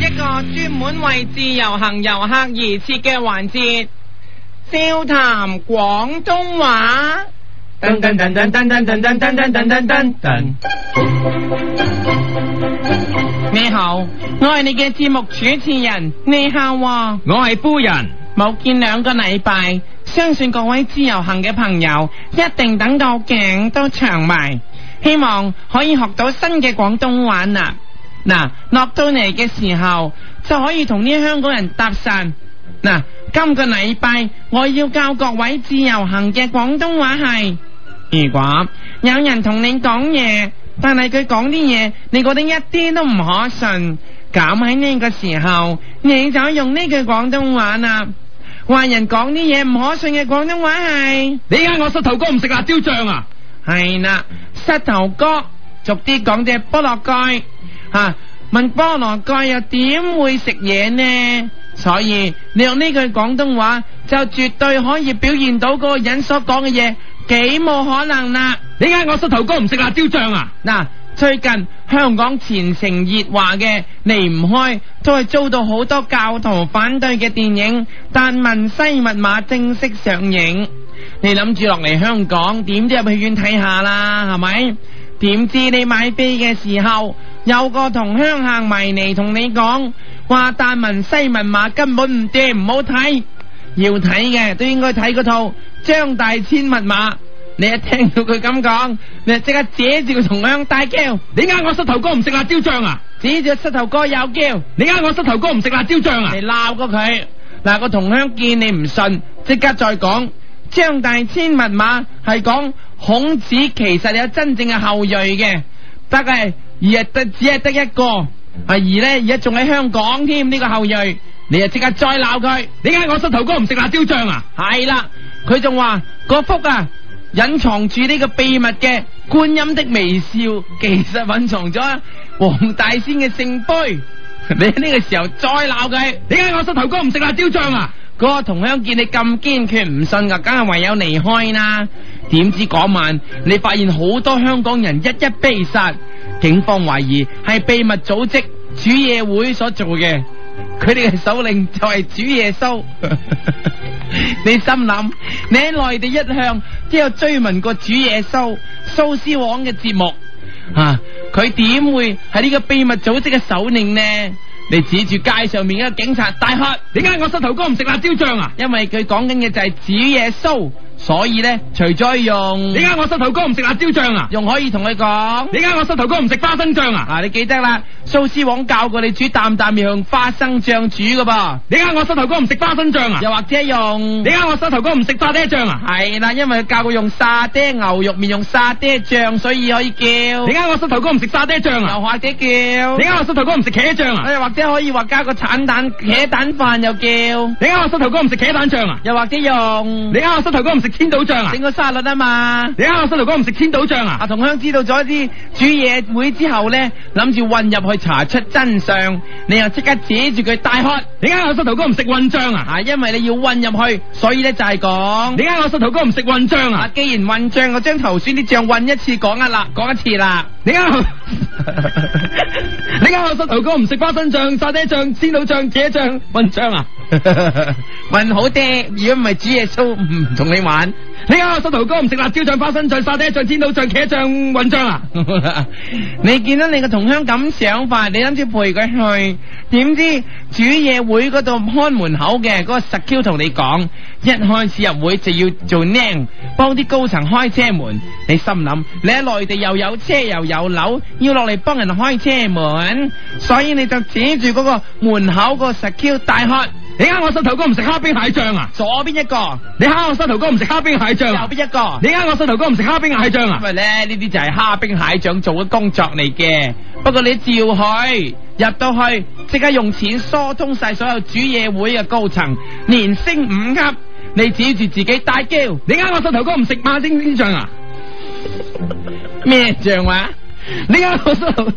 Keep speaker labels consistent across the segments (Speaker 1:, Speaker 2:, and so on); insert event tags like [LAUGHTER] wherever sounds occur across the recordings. Speaker 1: 專門為自由行遊客而設嘅環節，笑談廣東話。
Speaker 2: 噔噔噔噔噔噔噔噔噔噔噔噔噔。
Speaker 1: 你好，我係你嘅節目主持人，你好喎。
Speaker 2: 我係夫人，
Speaker 1: 冇見兩個禮拜，相信各位自由行嘅朋友一定等到頸都長埋，希望可以學到新嘅廣東話啦。嗱，落到嚟嘅時候就可以同啲香港人搭訕。嗱，今個禮拜我要教各位自由行嘅廣東話係，如果有人同你講嘢，但係佢講啲嘢你覺得一啲都唔可信，咁喺呢個時候你就用呢句廣東話啦。話人講啲嘢唔可信嘅廣東話係。
Speaker 2: 你嗌我膝頭哥唔食辣椒醬啊？
Speaker 1: 係啦，膝頭哥，俗啲講隻菠蘿蓋吓、啊問菠蘿蓋又點會食嘢呢？所以你用呢句廣東話就絕對可以表現到嗰個人所講嘅嘢幾冇可能啦。
Speaker 2: 你嗌我膝頭哥唔食辣椒醬啊？
Speaker 1: 嗱、最近香港前程熱話嘅離唔開，都係遭到好多教徒反對嘅電影《但文西密碼》正式上映。你諗住落嚟香港，點都入戲院睇下啦，係咪？點知你買飛嘅時候，有個同鄉行埋嚟同你講，話《但文西密碼》根本唔掂，唔好睇。要睇嘅都應該睇嗰套《張大千密碼》。你一聽到佢咁講，你就即刻指住個同鄉大叫，
Speaker 2: 你嗌我膝頭哥唔食辣椒醬啊？
Speaker 1: 指住個膝頭哥又叫，
Speaker 2: 你嗌我膝頭哥唔食辣椒醬啊？
Speaker 1: 你鬧過佢。嗱，個同鄉見你唔信，即刻再講張大千密碼係講孔子其實有真正嘅後裔嘅，得係而係得只係得一個，啊而呢，而家仲喺香港添呢、個後裔，你就即刻再鬧佢。
Speaker 2: 你嗌我膝頭哥唔食辣椒醬啊？
Speaker 1: 係啦，佢仲話嗰幅啊隱藏住呢個秘密嘅觀音的微笑，其實隱藏咗啊黃大仙嘅聖杯。 [LAUGHS] 你喺呢個時候再鬧佢，
Speaker 2: 你嗌我膝頭哥唔食辣椒醬啊？
Speaker 1: 嗰個同鄉見你咁堅決唔信噶，梗係唯有離開啦。點知嗰晚你發現好多香港人一一被殺，警方懷疑係秘密組織主夜會所做嘅，佢哋嘅首領就係主耶穌。 [LAUGHS] 你心諗，你喺內地一向都有追問過主耶穌蘇絲黃嘅節目。啊！佢點會係呢個秘密組織嘅首領呢？你指住街上面一個警察大喝，
Speaker 2: 你嗌我膝頭哥唔食辣椒醬啊？
Speaker 1: 因為佢講緊嘅就係主耶穌，所以呢，除咗用
Speaker 2: 你嗌我膝頭哥唔食辣椒醬啊？
Speaker 1: 用可以同佢
Speaker 2: 你
Speaker 1: 講，
Speaker 2: 嗌我膝頭哥唔食花生醬啊？
Speaker 1: 啊你記得啦，蘇斯王教過你煮啖啖要用花生醬煮噶噃，
Speaker 2: 你嗌我膝頭哥唔食花生醬啊？
Speaker 1: 又或者用
Speaker 2: 你。嗌我膝頭哥唔食沙爹醬啊？
Speaker 1: 係啦，因為佢教過用沙爹牛肉麵用沙爹醬，所以可以叫，
Speaker 2: 你嗌我膝頭哥唔食沙爹醬啊
Speaker 1: 又？或者叫
Speaker 2: 你。嗌我膝頭哥唔食茄醬啊？
Speaker 1: 又或者可以話加個橙蛋茄蛋飯又叫，
Speaker 2: 你嗌我膝頭哥唔食茄蛋醬啊？
Speaker 1: 又或者用
Speaker 2: 你嗌我膝頭哥唔食千島醬啊？
Speaker 1: 整個沙律啊嘛。
Speaker 2: 你嗌我膝頭哥唔食千島醬啊
Speaker 1: 阿？同鄉知道咗啲煮嘢會之後呢，諗住混入去查出真相，你又即刻指住佢大喝，
Speaker 2: 你嗌我膝頭哥唔食混醬啊？
Speaker 1: 啊，因為你要混入去，所以呢就係講
Speaker 2: 你，嗌我膝頭哥唔食混醬
Speaker 1: 啊
Speaker 2: 啊？，
Speaker 1: 既然混醬，我將頭先啲醬混一次講一啦，講一次啦。
Speaker 2: 你嗌我 [LAUGHS] 你嗌我膝頭哥唔食花生醬、沙爹醬、千島醬、茄醬、混醬啊？
Speaker 1: 混好啲，如果唔係煮嘢蘇唔同你玩。
Speaker 2: 你嗌我膝頭哥唔食辣椒醬、花生醬、沙爹醬、千島醬、茄醬、混醬啊？
Speaker 1: 你見到你個同鄉咁想法，你諗住陪佢去，點知主夜會嗰度看門口嘅嗰個實 Q 同你講，一開始入會就要做僆，幫啲高層開車門。你心諗，你喺內地又有車又有樓，要落嚟幫人開車門，所以你就指住嗰個門口個實 Q 大喝，
Speaker 2: 你嗌我膝頭哥唔食蝦兵蟹醬啊？
Speaker 1: 左邊一個，
Speaker 2: 你嗌我膝頭哥唔食蝦兵蟹醬
Speaker 1: 右
Speaker 2: 啊？
Speaker 1: 邊一個。
Speaker 2: 你嗌我膝頭哥唔食蝦兵蟹醬
Speaker 1: 因
Speaker 2: 啊？
Speaker 1: 為咧呢啲就係蝦兵蟹將做嘅工作嚟嘅。不過你照去，入到去即刻用錢疏通晒所有主嘢會嘅高層，連升五級。你指住自己大叫
Speaker 2: 你嗌我膝頭哥唔食馬丁丁醬啊？
Speaker 1: 咩啊醬話？
Speaker 2: 你嗌我膝頭，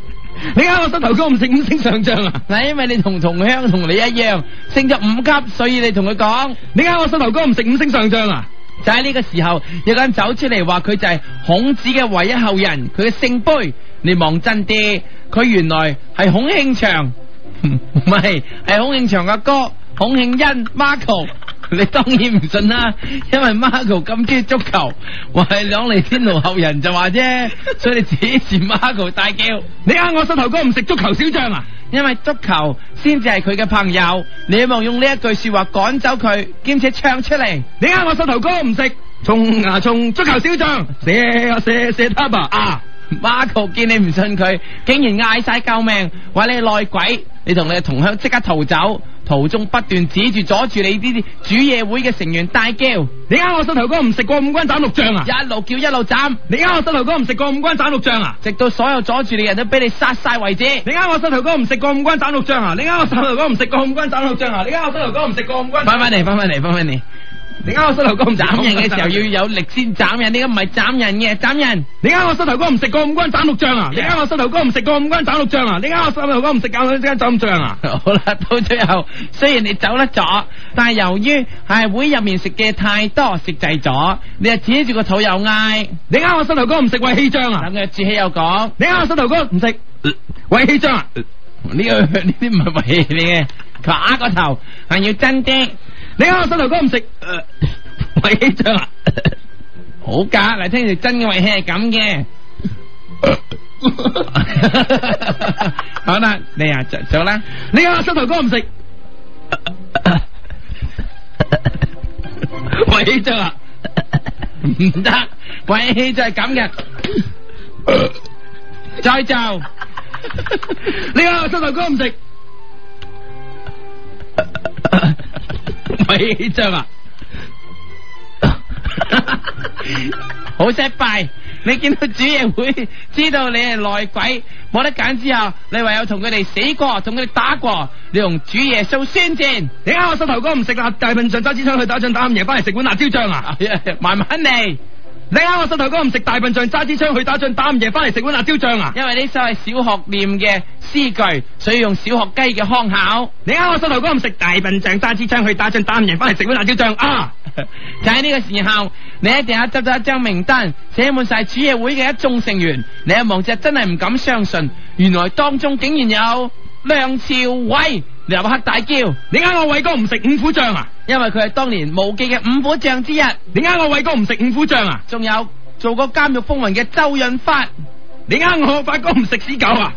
Speaker 2: 你嗌我膝頭哥唔食五星上醬啊？
Speaker 1: 嗱，因為你同同鄉同你一樣升咗五級，所以你同佢講。
Speaker 2: 你嗌我膝頭哥唔食五星上醬啊？
Speaker 1: 就喺呢個時候，有個人走出嚟話佢就係孔子嘅唯一後人，佢嘅聖杯。你望真啲，佢原來係孔慶祥。 [LAUGHS] 唔係，係孔慶祥嘅哥孔慶欣 Marco。你 [LAUGHS] 當然唔信啦，因為 Marco 咁中意足球，我係兩嚟天奴後人就話啫， [LAUGHS] 所以你指住 Marco 大叫，
Speaker 2: 你呃我膝頭哥唔食足球小將啊？
Speaker 1: 因為足球先至係佢嘅朋友，你希望用呢一句說話趕走佢，兼且唱出嚟。
Speaker 2: 你呃我膝頭哥唔食衝啊衝足球小將，射啊射射他吧啊！
Speaker 1: Marco 見你唔信佢，竟然嗌晒救命，話你係內鬼，你同你嘅同鄉即刻逃走，途中不斷指住阻住你呢啲主夜會嘅成員大叫，一
Speaker 2: 你呃我膝頭哥唔食過五關斬六將啊？
Speaker 1: 路叫一路斬，
Speaker 2: 你呃我膝頭哥唔食過五關斬六將啊？
Speaker 1: 直到所有阻住你嘅人都俾你殺晒為止。
Speaker 2: 你呃我膝頭哥唔食過五關斬六將啊？你呃我膝頭哥唔食過五關斬六將啊？你呃我膝頭哥唔食過五關斬六將啊？
Speaker 1: 翻返嚟，翻返嚟，翻返嚟！
Speaker 2: 你呃我膝頭哥唔食過
Speaker 1: 斬
Speaker 2: 五關斬六
Speaker 1: 人
Speaker 2: 將
Speaker 1: 嘅時候要有力先斬人，呢個唔係斬人嘅，斬人。
Speaker 2: 你呃我膝頭哥唔食過五關斬六將啊？你呃我膝頭哥唔食過五關斬六將啊？你呃我膝頭哥唔食過五關斬六將啊？
Speaker 1: 好啦，到最後雖然你走得咗，但係由於係會入面食嘅太多，食滯咗，你就指住個肚又嗌，
Speaker 2: 你呃我膝頭哥唔食胃氣脹啊
Speaker 1: 等？佢志氣又講。
Speaker 2: 你呃我膝頭哥唔食胃氣脹啊？
Speaker 1: 呢、 [LAUGHS] 個呢啲唔係 [LAUGHS] 為你嘅，佢話呃個頭係要真 [LAUGHS] 啲，
Speaker 2: 你呃我膝頭哥唔食呃胃氣
Speaker 1: [LAUGHS]
Speaker 2: 脹啊？
Speaker 1: 好假嗱，聽住真嘅胃氣係咁嘅。好啦，你啊就走 [LAUGHS] 啦，
Speaker 2: 你呃我膝頭哥唔食胃氣脹
Speaker 1: [LAUGHS]
Speaker 2: 啊？
Speaker 1: 唔得，胃氣就係咁嘅。再就
Speaker 2: 你呃我膝頭哥唔食
Speaker 1: 胃氣脹啊， [LAUGHS] 好失敗。你見到主爺會知道你係內鬼，冇得揀之後，你唯有同佢哋死過，同佢哋打過，你同主耶穌宣戰。 [LAUGHS]
Speaker 2: 你呃我膝頭哥唔食辣大笨象揸支槍去打仗打唔贏翻嚟食碗辣椒醬啊？
Speaker 1: 慢慢嚟，
Speaker 2: 你呃我膝頭哥唔食大笨象揸支槍去打仗打唔贏翻嚟食碗辣椒醬啊？
Speaker 1: 因為呢首係小學念嘅詩句，所以用小學雞嘅腔口。
Speaker 2: 你呃我膝頭哥唔食大笨象揸支槍去打仗打唔贏翻嚟食碗辣椒醬啊！
Speaker 1: [LAUGHS] 就喺呢個時候，你一定要執咗一張名單，寫滿晒主嘢會嘅一眾成員。你一望就真係唔敢相信，原來當中竟然有梁朝偉，你立刻大叫，因
Speaker 2: 你呃我偉哥唔食五虎將啊！
Speaker 1: 為佢係當年無記嘅五虎將之一，
Speaker 2: 你呃我偉哥唔食五虎將啊！
Speaker 1: 仲有做過監獄風雲嘅周潤 [LAUGHS] 發。
Speaker 2: 你呃我發哥唔食屎狗啊！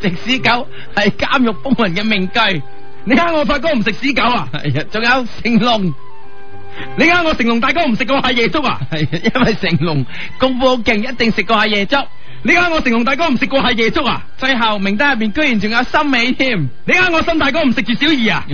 Speaker 1: 食屎狗係監獄風雲嘅名句，
Speaker 2: 你呃我發哥唔食屎狗啊！
Speaker 1: 係啊，仲有成龍。
Speaker 2: 你呃我成龍大哥唔食過蟹夜粥啊！
Speaker 1: 系， [LAUGHS] 因為成龍功夫好勁，一定食過下夜粥。
Speaker 2: 你呃我成龍大哥唔食過蟹夜粥啊！
Speaker 1: 最後名單入边居然仲有森美添， [LAUGHS]
Speaker 2: 你呃我森大哥唔食住小二啊！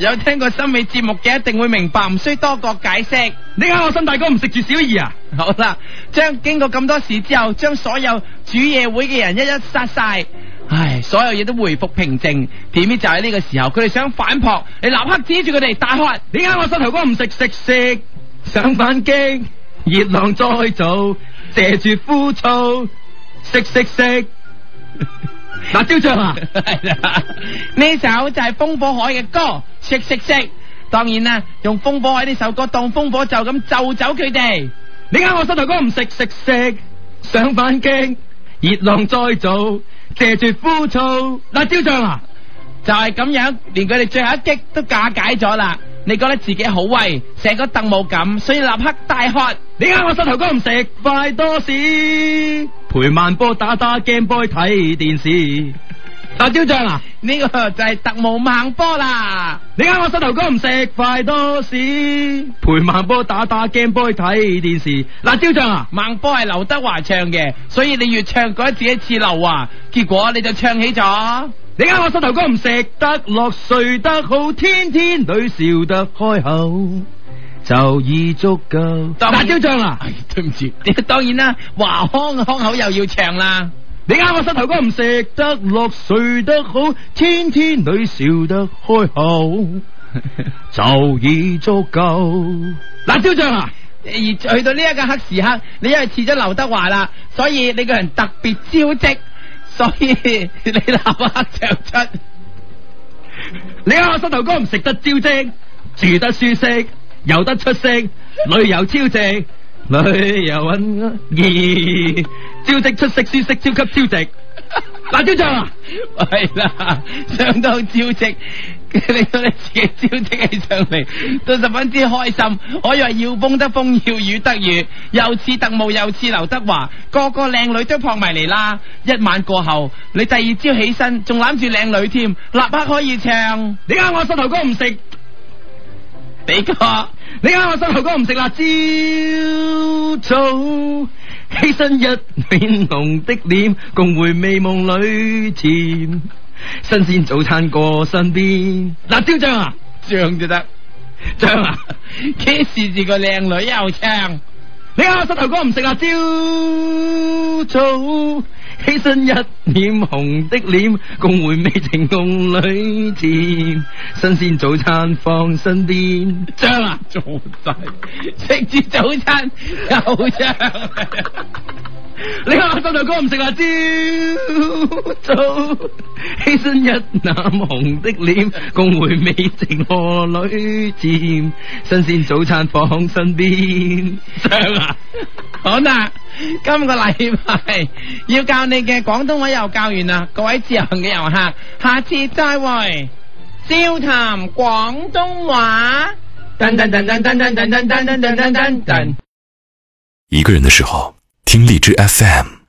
Speaker 1: 有聽過森美節目嘅一定會明白，唔需多個解釋。
Speaker 2: 你呃我森大哥唔食住小二啊！
Speaker 1: 好啦，將經過咁多事之後，將所有主夜會嘅人一一殺晒。唉，所有嘢都回復平靜。點知就喺呢個時候，佢哋想反撲，你立刻指住佢哋大喝。
Speaker 2: 你呃我膝頭哥唔食食食，上反擊，熱浪再造，借住枯燥，食食 [LAUGHS] 食，辣椒醬啊！
Speaker 1: 係啦， [LAUGHS] 呢首就係風火海嘅歌，食食食。當然啦，用風火海呢首歌當風火咒咁咒走佢哋。
Speaker 2: 你呃我膝頭哥唔食食食，上反擊，熱浪再造，借住枯燥，辣椒醬啊！
Speaker 1: 就係咁樣，連佢哋最後一擊都瓦解咗啦。你覺得自己好威，成個凳冇咁，所以立刻大喝。
Speaker 2: 你呃我膝頭哥唔食快多士，陪慢波打打 game boy 睇電視，辣椒醬啊！
Speaker 1: 呢、個就係特務孟波啦。
Speaker 2: 你呃我膝頭哥唔食快多士，陪孟波打打 game boy 睇電視，辣椒醬啊！
Speaker 1: 孟波係劉德華唱嘅，所以你越唱覺得自己似劉華，結果你就唱起咗。
Speaker 2: 你呃我膝頭哥唔食得落睡得好，天天女笑得開口，就已足夠。
Speaker 1: 當
Speaker 2: 辣
Speaker 1: 然
Speaker 2: 椒醬啊！
Speaker 1: 唉， [LAUGHS] 對唔住，當然啦，華康嘅腔口又要唱啦。
Speaker 2: 你呃我膝頭哥唔食得落睡得好，天天女笑得開口， [LAUGHS] 就已足夠。辣椒醬啊！
Speaker 1: 而去到呢一個黑時刻，你因為似咗劉德華啦，所以你個人特別招積， [LAUGHS] 所以你立刻唱出。
Speaker 2: 你呃我膝頭哥唔食得招積，住得舒適，游得出色，旅遊超值，啊旅遊揾意，招積出色舒適超級超值。辣椒醬啊，係啦， [LAUGHS] 相當招積， [LAUGHS] 令到你自己招積起上嚟，都十分之開心。我以為要風得風，要雨得雨，又似特務又似劉德華，個個靚女都撲埋嚟啦。一晚過後，你第二朝起身仲攬住靚女添，立刻可以唱。你啱我膝頭哥唔食，你個你啱我膝頭哥唔食辣椒早。起身一面紅的臉，共回美夢裏前。新鮮早餐過身邊，辣椒醬啊，醬就得，醬啊，幾時是個靚女又唱？你啱我膝頭哥唔食辣椒，早起身一臉紅的臉，共回味情夢裏甜。新鮮早餐放身邊，張啊，做 [LAUGHS] 晒食住早餐又張。你啱我膝頭哥唔食辣椒，早起身一覽紅的臉，共回味情河裏漸。新鮮早餐放身邊，張啊！
Speaker 1: 好啦，今個禮拜要教你嘅廣東話又教完啦，各位自由行嘅遊客，下次再會，笑談廣東話。
Speaker 2: 噔噔噔噔噔噔噔噔噔噔噔噔噔。
Speaker 3: 一个人的时候，听荔枝 FM。